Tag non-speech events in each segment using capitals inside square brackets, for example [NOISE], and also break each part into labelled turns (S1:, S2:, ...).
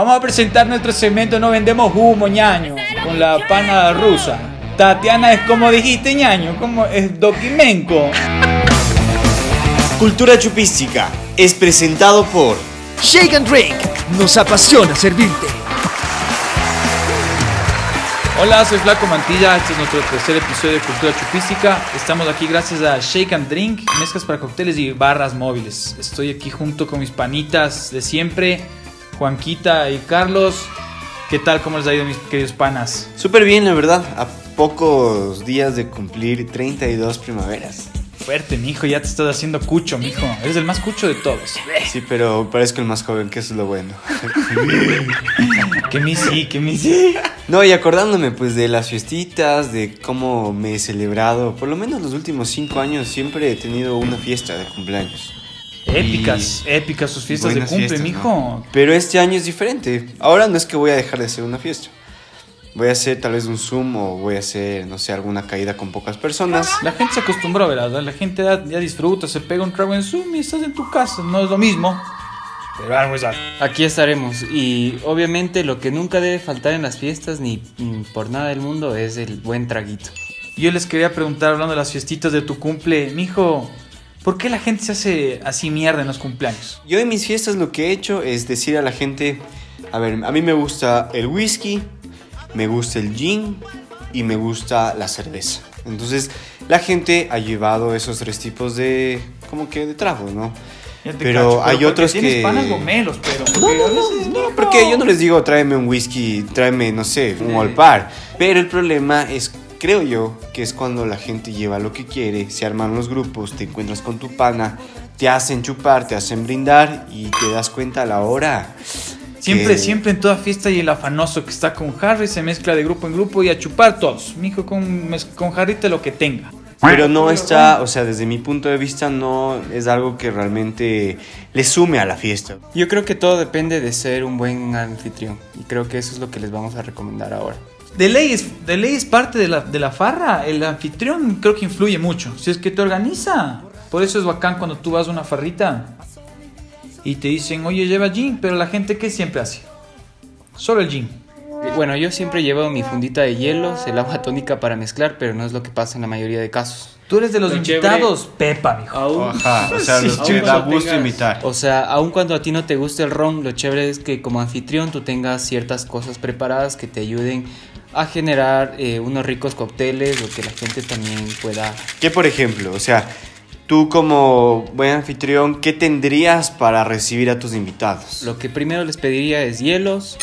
S1: Vamos a presentar nuestro segmento No Vendemos Humo, ñaño, con la pana rusa. Tatiana es como dijiste, ñaño, como es Dokimenko.
S2: Cultura Chupística es presentado por
S3: Shake and Drink. Nos apasiona servirte.
S1: Hola, soy Flaco Mantilla, este es nuestro tercer episodio de Cultura Chupística. Estamos aquí gracias a Shake and Drink, mezclas para cócteles y barras móviles. Estoy aquí junto con mis panitas de siempre, Juanquita y Carlos. ¿Qué tal? ¿Cómo les ha ido, mis queridos panas?
S2: Súper bien, la verdad, a pocos días de cumplir 32 primaveras.
S1: Fuerte, mijo, ya te estás haciendo cucho, mijo. Eres el más cucho de todos.
S2: Sí, pero parezco el más joven, que eso es lo bueno. [LAUGHS]
S1: Que mi sí, que mi sí.
S2: No, y acordándome pues de las fiestitas, de cómo me he celebrado, por lo menos los últimos 5 años siempre he tenido una fiesta de cumpleaños.
S1: Épicas, épicas sus fiestas de
S2: Buenas
S1: cumple,
S2: fiestas,
S1: mijo.
S2: ¿no? Pero este año es diferente. Ahora no es que voy a dejar de hacer una fiesta. Voy a hacer tal vez un Zoom o voy a hacer, no sé, alguna caída con pocas personas.
S1: La gente se acostumbró, ¿verdad? La gente ya, ya disfruta, se pega un trago en Zoom y estás en tu casa. No es lo mismo. Pero algo es algo.
S4: Aquí estaremos y obviamente lo que nunca debe faltar en las fiestas ni mm, por nada del mundo es el buen traguito.
S1: Yo les quería preguntar, hablando de las fiestitas de tu cumple, mijo, ¿por qué la gente se hace así mierda en los cumpleaños?
S2: Yo en mis fiestas lo que he hecho es decir a la gente, a ver, a mí me gusta el whisky, me gusta el gin y me gusta la cerveza. Entonces la gente ha llevado esos tres tipos de, como que de trago, ¿no?
S1: Ya te
S2: Pero hay
S1: porque
S2: otros
S1: tienes
S2: que-
S1: panas gomelos, pero.
S2: No,
S1: porque
S2: no,
S1: a veces-
S2: no, no, porque yo no les digo tráeme un whisky, tráeme, no sé, un Old Par. Pero el problema es, creo yo, que es cuando la gente lleva lo que quiere, se arman los grupos, te encuentras con tu pana, te hacen chupar, te hacen brindar y te das cuenta a la hora.
S1: Siempre,
S2: que-
S1: siempre en toda fiesta y el afanoso que está con Harry se mezcla de grupo en grupo y a chupar todos. Mijo, con, mez- con Harry te lo que tenga.
S2: Pero no está, o sea, desde mi punto de vista no es algo que realmente le sume a la fiesta.
S4: Yo creo que todo depende de ser un buen anfitrión y creo que eso es lo que les vamos a recomendar ahora.
S1: De ley es, de ley es parte de la, de la farra. El anfitrión creo que influye mucho. Si es que te organiza. Por eso es bacán cuando tú vas a una farrita y te dicen, oye, lleva jean, pero la gente que siempre hace. Solo el jean.
S4: Eh, Bueno, yo siempre llevo mi fundita de hielos, el agua [LAUGHS] tónica para mezclar, pero no es lo que pasa en la mayoría de casos.
S1: Tú eres de los
S5: Lo chévere-
S1: invitados, Pepa, mijo.
S5: Ajá, o sea, los
S2: que da
S5: gusto invitar.
S4: O sea, aun cuando a ti no te guste el ron, lo chévere es que como anfitrión tú tengas ciertas cosas preparadas que te ayuden a generar eh, unos ricos cócteles o que la gente también pueda
S2: Que por ejemplo, o sea, tú como buen anfitrión, ¿qué tendrías para recibir a tus invitados?
S4: Lo que primero les pediría es hielos,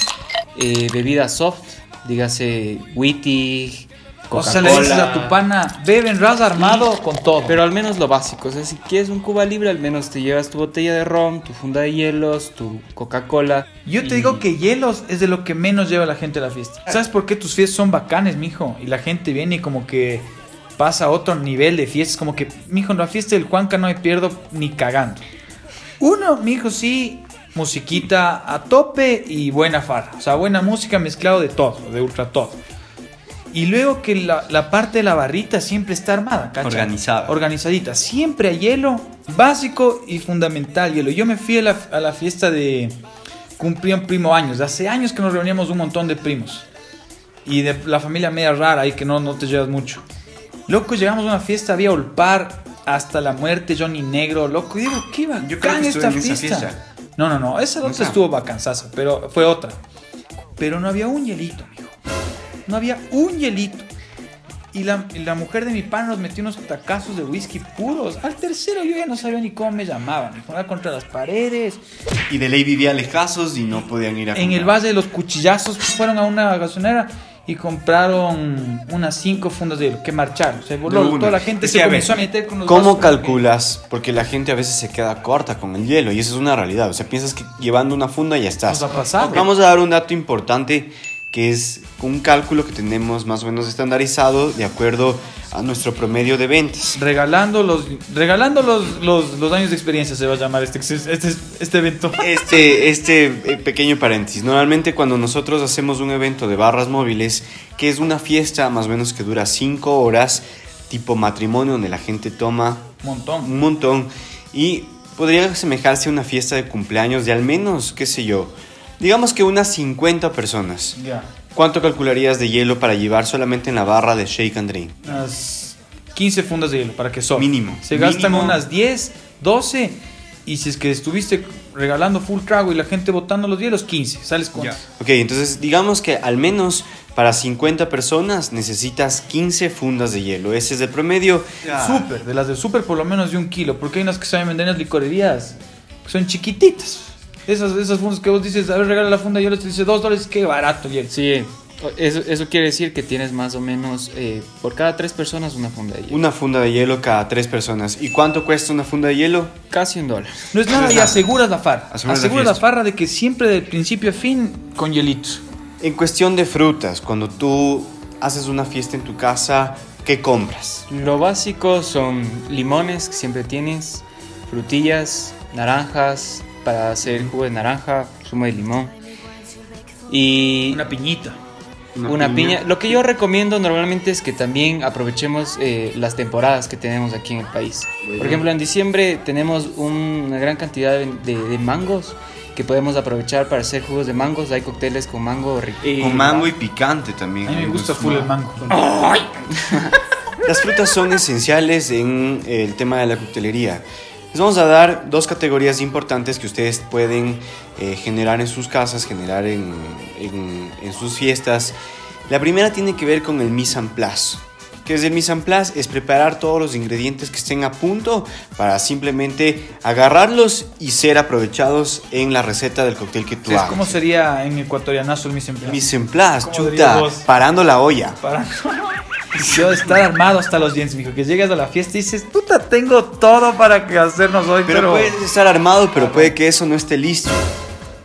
S4: eh, bebidas soft, dígase witty,
S1: O sea, le dices
S4: Coca-Cola.
S1: a tu pana, beben ras armado con todo.
S4: Pero al menos lo básico, o sea, si quieres un Cuba Libre, al menos te llevas tu botella de ron, tu funda de hielos, tu Coca-Cola.
S1: Yo te digo que hielos es de lo que menos lleva la gente a la fiesta. ¿Sabes por qué tus fiestas son bacanes, mijo? Y la gente viene y como que pasa a otro nivel de fiestas. Como que, mijo, en la fiesta del Juanca no me pierdo ni cagando. Uno, mijo, sí, musiquita a tope y buena farra. O sea, buena música mezclado de todo, de ultra todo. Y luego que la, la parte de la barrita siempre está armada, ¿cachai?
S5: Organizada.
S1: Organizadita. Siempre hay hielo, básico y fundamental hielo. Yo me fui a la, a la fiesta de... Cumplí un primo años. Hace años que nos reuníamos un montón de primos. Y de la familia media rara ahí que no, no te llevas mucho. Loco, llegamos a una fiesta, había Olpar, hasta la muerte, Johnny Negro, loco. Y digo, qué bacán
S5: Yo creo que
S1: esta
S5: estuve en
S1: fiesta.
S5: esa fiesta.
S1: No, no, no, esa otra estuvo bacanzaza, pero fue otra. Pero no había un hielito, amigo. No había un hielito. Y la, y la mujer de mi pan nos metió unos tacazos de whisky puros. Al tercero yo ya no sabía ni cómo me llamaban. Me ponía contra las paredes.
S2: Y de ley vivía lejazos y no podían ir a
S1: En el
S2: comprar.
S1: valle de los cuchillazos pues, fueron a una gasolinera y compraron unas cinco fundas de hielo que marcharon. Se voló.
S5: De una.
S1: Toda la gente
S5: Es
S1: se
S5: que, a
S1: comenzó a
S5: ver,
S1: meter con los
S2: ¿Cómo
S1: vasos.
S2: calculas? Porque la gente a veces se queda corta con el hielo y eso es una realidad. O sea, piensas que llevando una funda ya estás.
S1: Nos ha pasado.
S2: Vamos a dar un dato importante que es un cálculo que tenemos más o menos estandarizado de acuerdo a nuestro promedio de ventas.
S1: Regalando los, regalando los, los, los años de experiencia se va a llamar este, este, este evento.
S2: Este, este eh, pequeño paréntesis. Normalmente cuando nosotros hacemos un evento de barras móviles, que es una fiesta más o menos que dura 5 horas, tipo matrimonio, donde la gente toma
S1: Montón.
S2: un montón y podría asemejarse a una fiesta de cumpleaños de al menos, qué sé yo, Digamos que unas 50 personas.
S1: Ya.
S2: ¿Cuánto calcularías de hielo para llevar solamente en la barra de Shake and Drink?
S1: Unas 15 fundas de hielo para que sobre.
S2: Mínimo.
S1: Se gastan
S2: Mínimo.
S1: unas 10, 12. Y si es que estuviste regalando full trago y la gente botando los hielos, 15. Sales con.
S2: Ok, entonces digamos que al menos para 50 personas necesitas 15 fundas de hielo. Ese es el promedio.
S1: Súper, de las de súper por lo menos de un kilo, porque hay unas que saben vender en las licorerías, que son chiquititas. Esas, esas fundas que vos dices, a ver, regala la funda y yo les dice dos dólares, qué barato, y él,
S4: Sí, eso, eso quiere decir que tienes más o menos eh, por cada tres personas una funda de hielo.
S2: Una funda de hielo cada tres personas. ¿Y cuánto cuesta una funda de hielo?
S4: Casi un dólar.
S1: No es nada, y aseguras la farra.
S2: Aseguras la
S1: Aseguras, la,
S2: fiesta.
S1: farra de que siempre del principio a fin con hielitos.
S2: En cuestión de frutas, cuando tú haces una fiesta en tu casa, ¿qué compras?
S4: Lo básico son limones que siempre tienes, frutillas, naranjas para hacer jugo de naranja, zumo de limón y
S1: Una piñita.
S4: una, piña. Lo que yo recomiendo normalmente es que también aprovechemos eh, las temporadas que tenemos aquí en el país. Por ejemplo, en diciembre tenemos un- una gran cantidad de, de- de mangos que podemos aprovechar para hacer jugos de mangos. Hay cócteles con mango rico.
S2: Con mango y picante también.
S1: A mí me gusta full el mango.
S2: Las frutas son esenciales en el tema de la coctelería. Les vamos a dar dos categorías importantes que ustedes pueden eh, generar en sus casas, generar en, en- en sus fiestas. La primera tiene que ver con el mise en place. ¿Qué es el mise en place? Es preparar todos los ingredientes que estén a punto para simplemente agarrarlos y ser aprovechados en la receta del cóctel que tú
S1: Entonces,
S2: hagas.
S1: ¿Cómo sería en ecuatorianazo el mis
S2: Mise en place,
S1: ¿Cómo dirías
S2: chuta,
S1: vos?
S2: parando la olla.
S1: Para [LAUGHS] yo estar armado hasta los dientes, mijo. Que llegas a la fiesta y dices, puta, tengo todo para que hacernos hoy,
S2: Pero pues,
S1: pero.
S2: puedes estar armado, pero puede que eso no esté listo.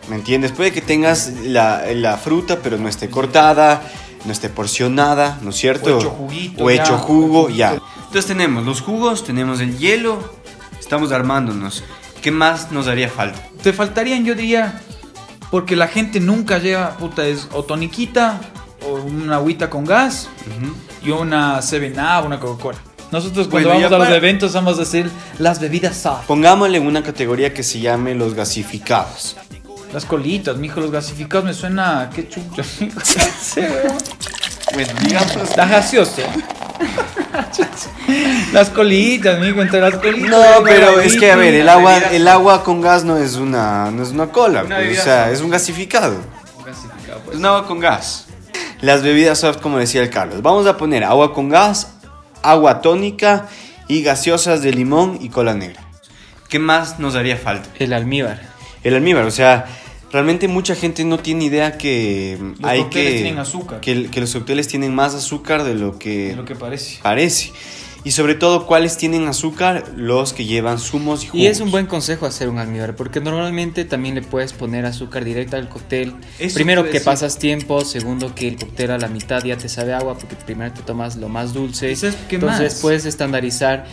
S2: ¿Me entiendes? Puede que tengas la, la fruta, pero no esté cortada, no esté porcionada, ¿no es cierto?
S1: O hecho juguito,
S2: O
S1: ya.
S2: hecho jugo, ya. Entonces tenemos los jugos, tenemos el hielo, estamos armándonos. ¿Qué más nos haría falta?
S1: Te faltarían, yo diría, porque la gente nunca lleva, puta, es o toniquita, o una agüita con gas, y una 7-Up, una Coca-Cola. Nosotros cuando
S2: Bueno, y
S1: vamos a los
S2: aparte-
S1: eventos vamos a hacer las bebidas soft.
S2: Pongámosle una categoría que se llame los gasificados.
S1: Las colitas, mijo, los gasificados me suena... Qué chucha, [LAUGHS] mijo. Sí, weón.
S2: Bueno, digamos...
S1: Está gaseoso. las colitas, mijo, entre las colitas.
S2: No,
S1: hay una
S2: pero es que a ver,
S1: bebida.
S2: el agua, el agua con gas no es una, no es una cola, pues, o sea, es un gasificado.
S1: Gasificado,
S2: Es
S1: pues.
S2: un agua con gas. Las bebidas soft, como decía el Carlos. Vamos a poner agua con gas, agua tónica y gaseosas de limón y cola negra. ¿Qué más nos haría falta?
S4: El almíbar.
S2: El almíbar, o sea, realmente mucha gente no tiene idea que
S1: Los
S2: hay
S1: cócteles
S2: que...
S1: tienen azúcar.
S2: Que, que los cócteles tienen más azúcar de lo que
S1: Es lo que parece.
S2: parece. Y sobre todo, ¿cuáles tienen azúcar? Los que llevan zumos y jugos.
S4: Y es un buen consejo hacer un almíbar, porque normalmente también le puedes poner azúcar directa al cóctel.
S1: Eso
S4: primero
S1: te
S4: que
S1: decía.
S4: pasas tiempo, segundo que el cóctel a la mitad ya te sabe a agua, porque primero te tomas lo más dulce.
S1: ¿Y sabes qué
S4: Entonces
S1: más?
S4: puedes estandarizar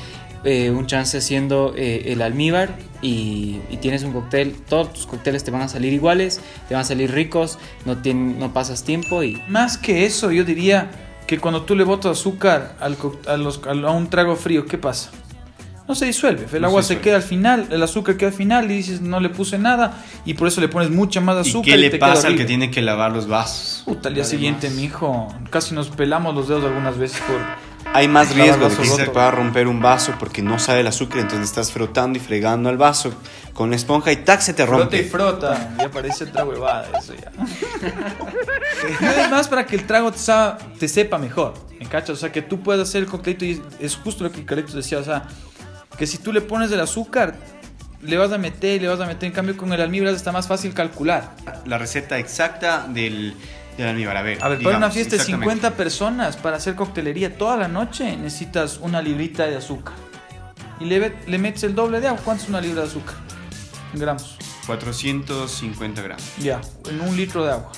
S4: eh, un chance haciendo eh, el almíbar y, y tienes un cóctel. Todos tus cócteles te van a salir iguales, te van a salir ricos, no, tien- no pasas tiempo y
S1: Más que eso, yo diría que cuando tú le botas azúcar al co- a, los- a lo- a un trago frío, ¿qué pasa? No se disuelve, el agua se, queda al final, el azúcar queda al final y dices no le puse nada y por eso le pones mucha más azúcar. y te queda horrible.
S2: tiene que lavar los vasos?
S1: Puta, al día siguiente, mi hijo, casi nos pelamos los dedos algunas veces por...
S2: Hay más
S1: Claro,
S2: riesgo
S1: el
S2: de que
S1: vaso
S2: se
S1: roto.
S2: pueda romper un vaso porque no sabe el azúcar, entonces estás frotando y fregando al vaso con la esponja y tac, se te
S1: Frota y
S2: rompe.
S1: frota, y aparece otra huevada, eso ya. [LAUGHS] Y además para que el trago te, sa- te sepa mejor, ¿me cachas? O sea, que tú puedas hacer el coctelito y es, es justo lo que Carlitos decía, o sea, que si tú le pones el azúcar, le vas a meter, le vas a meter, en cambio con el almíbar está más fácil calcular.
S2: La receta exacta del, del almíbar, a ver.
S1: A ver, para una fiesta de 50 personas, para hacer coctelería toda la noche, necesitas una librita de azúcar. Y le, ve- le metes el doble de agua, ¿cuánto es una libra de azúcar? En gramos.
S2: 450 gramos.
S1: Ya, en un litro de agua.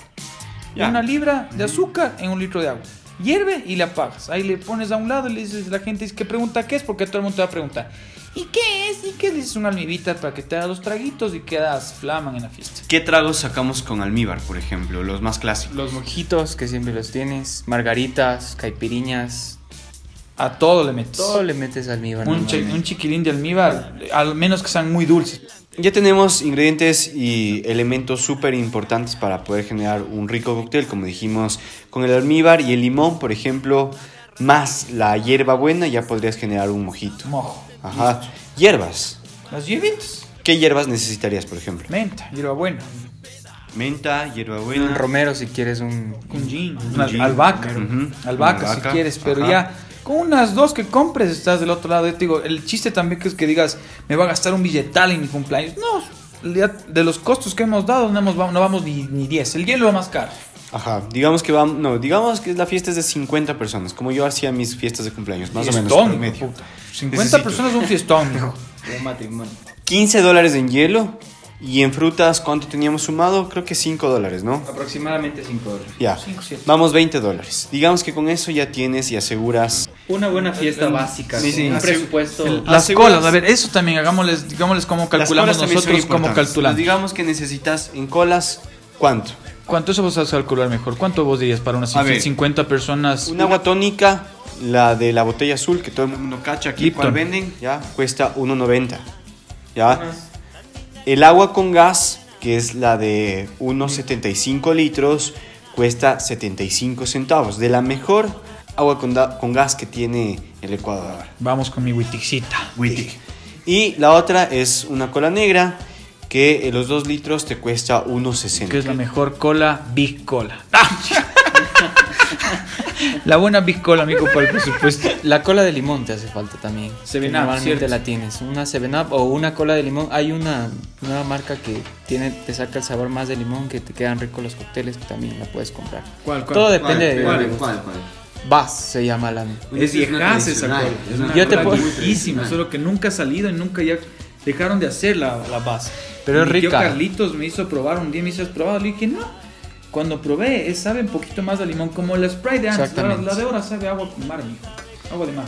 S2: Ya.
S1: Una libra de azúcar en un litro de agua. Hierve y la apagas. Ahí le pones a un lado y le dices, la gente dice que pregunta qué es, porque todo el mundo te va a preguntar. ¿Y qué es? ¿Y qué es? Le dices una almibita para que te hagas los traguitos y quedas flaman en la fiesta.
S2: ¿Qué tragos sacamos con almíbar, por ejemplo? Los más clásicos.
S4: los mojitos que siempre los tienes, margaritas, caipiriñas,
S1: A todo le metes.
S4: Todo le metes almíbar.
S1: un,
S4: normalmente.
S1: chi- un chiquilín de almíbar, al menos que sean muy dulces.
S2: Ya tenemos ingredientes y elementos súper importantes para poder generar un rico cóctel, como dijimos, con el almíbar y el limón, por ejemplo, más la hierbabuena, ya podrías generar un mojito.
S1: Mojo.
S4: Ah.
S2: Ajá. Hierbas.
S1: Las hierbitas.
S2: ¿Qué hierbas necesitarías, por ejemplo?
S1: Menta, hierbabuena,
S2: Menta,
S4: Un
S2: hierbabuena.
S4: romero si quieres un...
S1: cunjín,
S2: Cunjín.
S1: una albahaca,
S2: Ujú.
S1: albahaca si
S2: Albahaca,
S1: quieres, pero
S2: ajá.
S1: ya con unas dos que compres estás del otro lado. Yo te digo, el chiste también que es que digas, me va a gastar un billetal en mi cumpleaños. No, ya de los costos que hemos dado no, hemos- no vamos ni ni 10. El hielo va más caro.
S2: Ajá. Digamos que vamos. No, digamos que la fiesta es de 50 personas, como yo hacía mis fiestas de cumpleaños, más o menos.
S1: Fiestón,
S2: promedio.
S1: hijo de puta. 50
S2: Necesito.
S1: personas un fiestón, hijo.
S2: 15 dólares en hielo. Y en frutas, ¿cuánto teníamos sumado? Creo que 5 dólares, ¿no?
S5: Aproximadamente 5 dólares.
S2: Ya.
S1: Cinco, siete.
S2: Vamos 20 dólares. Digamos que con eso ya tienes y aseguras.
S5: Una buena fiesta básica.
S2: Sí,
S5: con
S2: sí.
S5: Un
S2: Asegu-
S5: presupuesto.
S1: Las
S2: Aseguras-
S1: colas, a ver, eso también hagámosles, digámosles cómo
S2: Las
S1: calculamos
S2: colas también son
S1: nosotros, cómo
S2: importantes.
S1: calculamos.
S2: Digamos que necesitas en colas, ¿cuánto?
S1: ¿Cuánto eso vos sabes calcular mejor? ¿Cuánto vos dirías para unas
S2: A ver.
S1: 50 personas?
S2: Una agua tónica, la de la botella azul que todo el mundo cacha aquí,
S1: Lipton.
S2: ¿cuál venden? Ya, cuesta 1.90. Ya. El agua con gas, que es la de 1.75 litros, cuesta 75 centavos. De la mejor agua con, da- con gas que tiene el Ecuador ahora.
S1: Vamos con mi witixita.
S2: Y la otra es una cola negra que eh, los 2 litros te cuesta
S1: que es la
S2: 1.60.
S1: mejor cola, Big Cola. [LAUGHS] la buena Big Cola, amigo, para el presupuesto.
S4: La cola de limón te hace falta también.
S1: Seven
S4: que
S1: Up,
S4: Normalmente
S1: cierto.
S4: la tienes. Una 7-Up o una cola de limón. Hay una nueva marca que tiene, te saca el sabor más de limón que te quedan ricos los cócteles que también la puedes comprar.
S1: ¿Cuál, cuál?
S4: Todo depende de...
S5: ¿Cuál,
S4: de
S5: cuál,
S4: gusto.
S5: cuál, cuál?
S4: Bass se llama la...
S1: Es
S5: Esa una
S1: viejaza esa cola.
S5: tradicional, es una
S4: Yo te
S5: cola
S4: puedo-
S5: muy
S1: Buenísima,
S5: tradicional.
S1: solo que nunca ha salido y nunca ya dejaron de hacer la, la base.
S4: Pero es
S1: Mi tío
S4: rica.
S1: Carlitos me hizo probar, un día me hizo probar, le dije, no. Cuando probé, eh, sabe un poquito más de limón, como la spray de antes. La,
S4: Exactamente.
S1: la de ahora sabe a agua con mar, mijo. Agua de mar.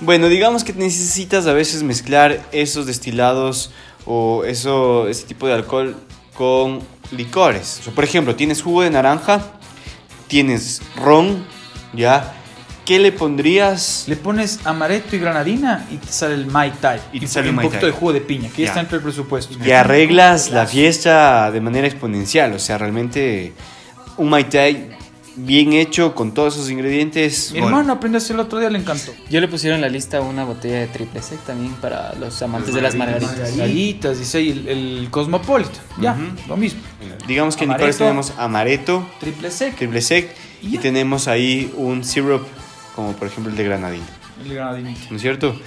S2: Bueno, digamos que necesitas a veces mezclar esos destilados o eso, ese tipo de alcohol con licores. O sea, por ejemplo, tienes jugo de naranja, tienes ron, ¿ya? ¿Qué le pondrías?
S1: Le pones amaretto y granadina y te sale el Mai Tai.
S2: Y te sale
S1: un
S2: el Mai
S1: poquito
S2: Tai.
S1: de jugo de piña, que ya
S2: Ya.
S1: está entre el presupuesto.
S2: Y arreglas la fiesta de manera exponencial. O sea, realmente un Mai Tai bien hecho con todos esos ingredientes.
S1: Mi
S2: Gol.
S1: hermano aprendió a hacer el otro día, le encantó.
S4: Yo le pusieron en la lista una botella de triple sec también para los amantes de las margaritas.
S1: Gallitas, dice ahí el, el Cosmopolitan. Ya,
S2: Ujú.
S1: lo mismo.
S2: Digamos que en
S1: Amaretto.
S2: licores tenemos amaretto,
S1: Triple sec.
S2: triple sec
S1: Y
S2: y
S1: ya.
S2: tenemos ahí un syrup, como por ejemplo el de granadina,
S1: El granadinito.
S2: ¿no es cierto?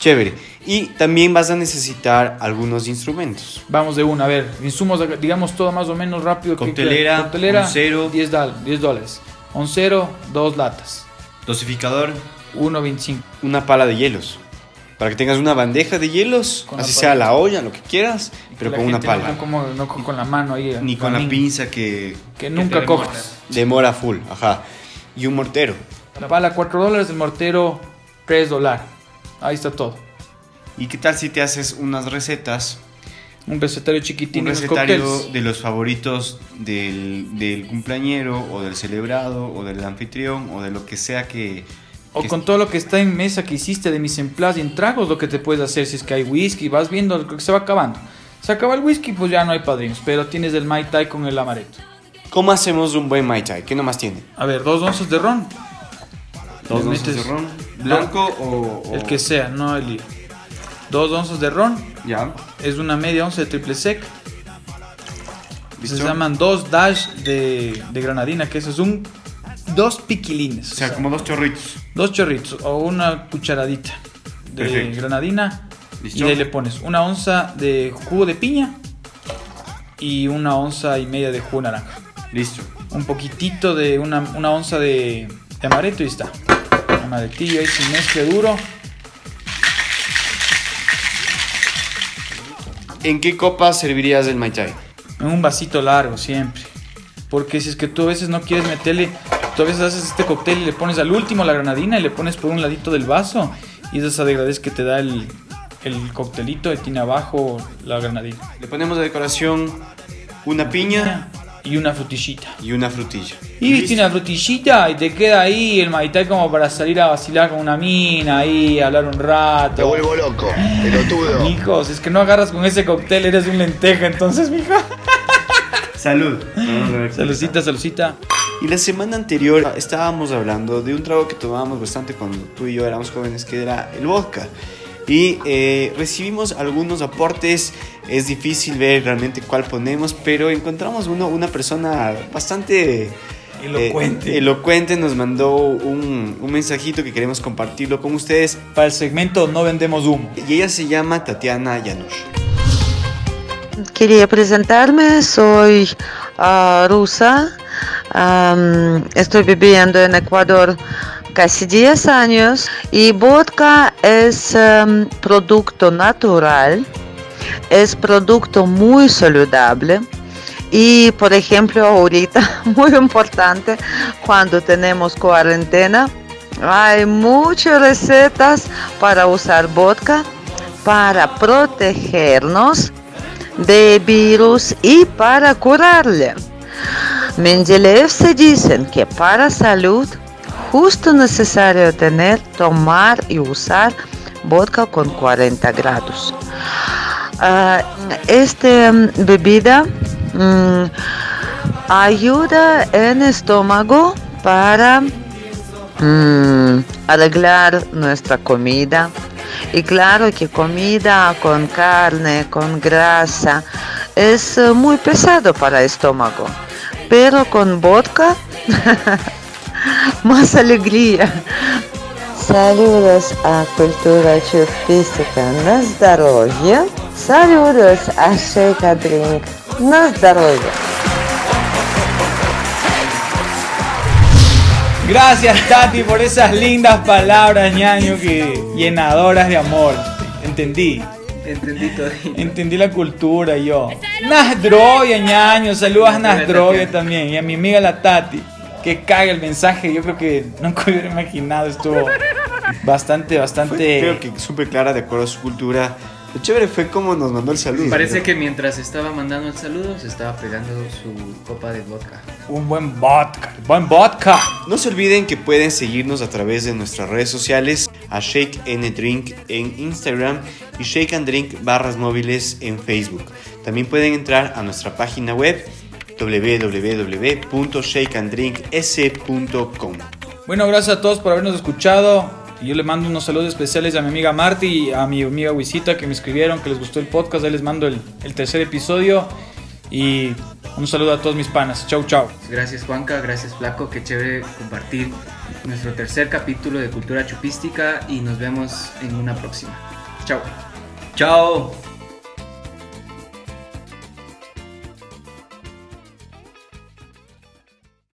S2: Chévere. Y también vas a necesitar algunos instrumentos.
S1: Vamos de una, a ver. Insumos, digamos todo más o menos rápido.
S2: Coctelera, oncero.
S1: 10, dal- 10 dólares. Oncero, dos latas.
S2: Dosificador.
S1: 1.25.
S2: Una pala de hielos. Para que tengas una bandeja de hielos,
S1: Con la
S2: así
S1: pala.
S2: sea la olla, lo que quieras, pero
S1: La
S2: con una
S1: gente no-
S2: pala.
S1: No, como, no con, con la mano ahí.
S2: Ni con la
S1: gamín,
S2: pinza que
S1: Que nunca coges.
S2: demora full, ajá. Y un mortero.
S1: La pala, 4 dólares. El mortero, 3 dólares. Ahí está todo.
S2: ¿Y qué tal si te haces unas recetas?
S1: Un recetario chiquitín.
S2: Un
S1: unos
S2: recetario
S1: cócteles.
S2: de los favoritos del, del cumpleañero o del celebrado o del anfitrión o de lo que sea que...
S1: O
S2: que-
S1: con todo lo que está en mesa que hiciste de mis emplas y en tragos, lo que te puedes hacer si es que hay whisky, vas viendo lo que se va acabando. Se acaba el whisky, pues ya no hay padrinos, pero tienes el Mai Tai con el amaretto.
S2: ¿Cómo hacemos un buen Mai Tai? ¿Qué nomás tiene?
S1: A ver, dos onzas de ron, Dos
S2: onzas
S1: metes-
S2: de ron. ¿Blanco o, o-
S1: Ah, el que sea, no el lío. Dos onzas de ron,
S2: Ya.
S1: es una media onza de triple sec.
S2: ¿Listo?
S1: Se llaman dos dash de, de granadina, que eso es un. Dos piquilines.
S2: O sea, como dos chorritos.
S1: Dos chorritos o una cucharadita de
S2: Perfecto.
S1: granadina.
S2: ¿Listo?
S1: Y de ahí le pones una onza de jugo de piña y una onza y media de jugo de naranja.
S2: Listo.
S1: Un poquitito de una, una onza de, de amaretto y está. Amaretillo ahí se mezcle duro.
S2: ¿En qué copa servirías el Mai Tai?
S1: En un vasito largo siempre. Porque si es que tú a veces no quieres meterle, tú a veces haces este cóctel y le pones al último la granadina y le pones por un ladito del vaso. Y es esa degradez que te da el, el coctelito y tiene abajo la granadina.
S2: Le ponemos de decoración una piña
S1: y una frutillita.
S2: y una frutilla.
S1: Y viste una frutillita y te queda ahí el maitay como para salir a vacilar con una mina ahí, hablar un rato.
S6: Te vuelvo loco, pelotudo.
S1: Mijos, es que no agarras con ese cóctel, eres un lenteja entonces, mija.
S5: Salud. Vamos a ver.
S1: Ah, Salucita, salucita.
S2: Y la semana anterior ah, estábamos hablando de un trago que tomábamos bastante cuando tú y yo éramos jóvenes, que era el vodka. Y eh, recibimos algunos aportes, es difícil ver realmente cuál ponemos, pero encontramos uno, una persona bastante... eh, elocuente nos mandó un, un mensajito que queremos compartirlo con ustedes.
S1: Para el segmento no vendemos humo.
S2: Y ella se llama Tatiana Yanush.
S7: Quería presentarme, soy ah, rusa, Am, estoy viviendo en Ecuador casi 10 años y vodka es em, producto natural, es producto muy saludable y por ejemplo ahorita [LAUGHS] muy importante cuando tenemos cuarentena hay muchas recetas para usar vodka para protegernos de virus y para curarle. Mendelevse dicen que para salud justo necesario tener, tomar y usar vodka con 40 grados. Ah, esta mm, bebida mm, ayuda en estómago para mm, arreglar nuestra comida. Y claro que comida con carne, con grasa, es eh, muy pesado para el estómago. Pero con vodka, [LAUGHS] más alegría. Saludos a Cultura Чуфистика на здоровье. Saludos a Shake Drink на здоровье.
S1: Gracias, Tati, por esas lindas palabras, ñaño, que llenadoras de amor. Entendí.
S5: Entendí todo.
S1: Entendí la cultura yo. Nasdrovia, ñaño. Saludos a Nasdrovia también. Y a mi amiga la Tati. Que caga el mensaje. Yo creo que nunca [LAUGHS] hubiera imaginado. Estuvo bastante,
S2: Fue,
S1: bastante.
S2: Creo que súper clara de acuerdo a su cultura. Lo chévere fue cómo nos mandó el saludo.
S5: Parece que mientras estaba mandando el saludo se estaba pegando su copa de vodka.
S1: Un buen vodka. Buen vodka.
S2: No se olviden que pueden seguirnos a través de nuestras redes sociales a Shake and Drink en Instagram y Shake and Drink barras móviles en Facebook. También pueden entrar a nuestra página web www.shakeanddrinks.com.
S1: Bueno, gracias a todos por habernos escuchado. Y Yo le mando unos saludos especiales a mi amiga Marti y a mi amiga Wisita que me escribieron, que les gustó el podcast. Ahí les mando el, el tercer episodio. Y un saludo a todos mis panas. Chau, chau.
S5: Gracias Juanca, gracias Flaco, qué chévere compartir nuestro tercer capítulo de Cultura Chupística y nos vemos en una próxima. Chao.
S1: Chao.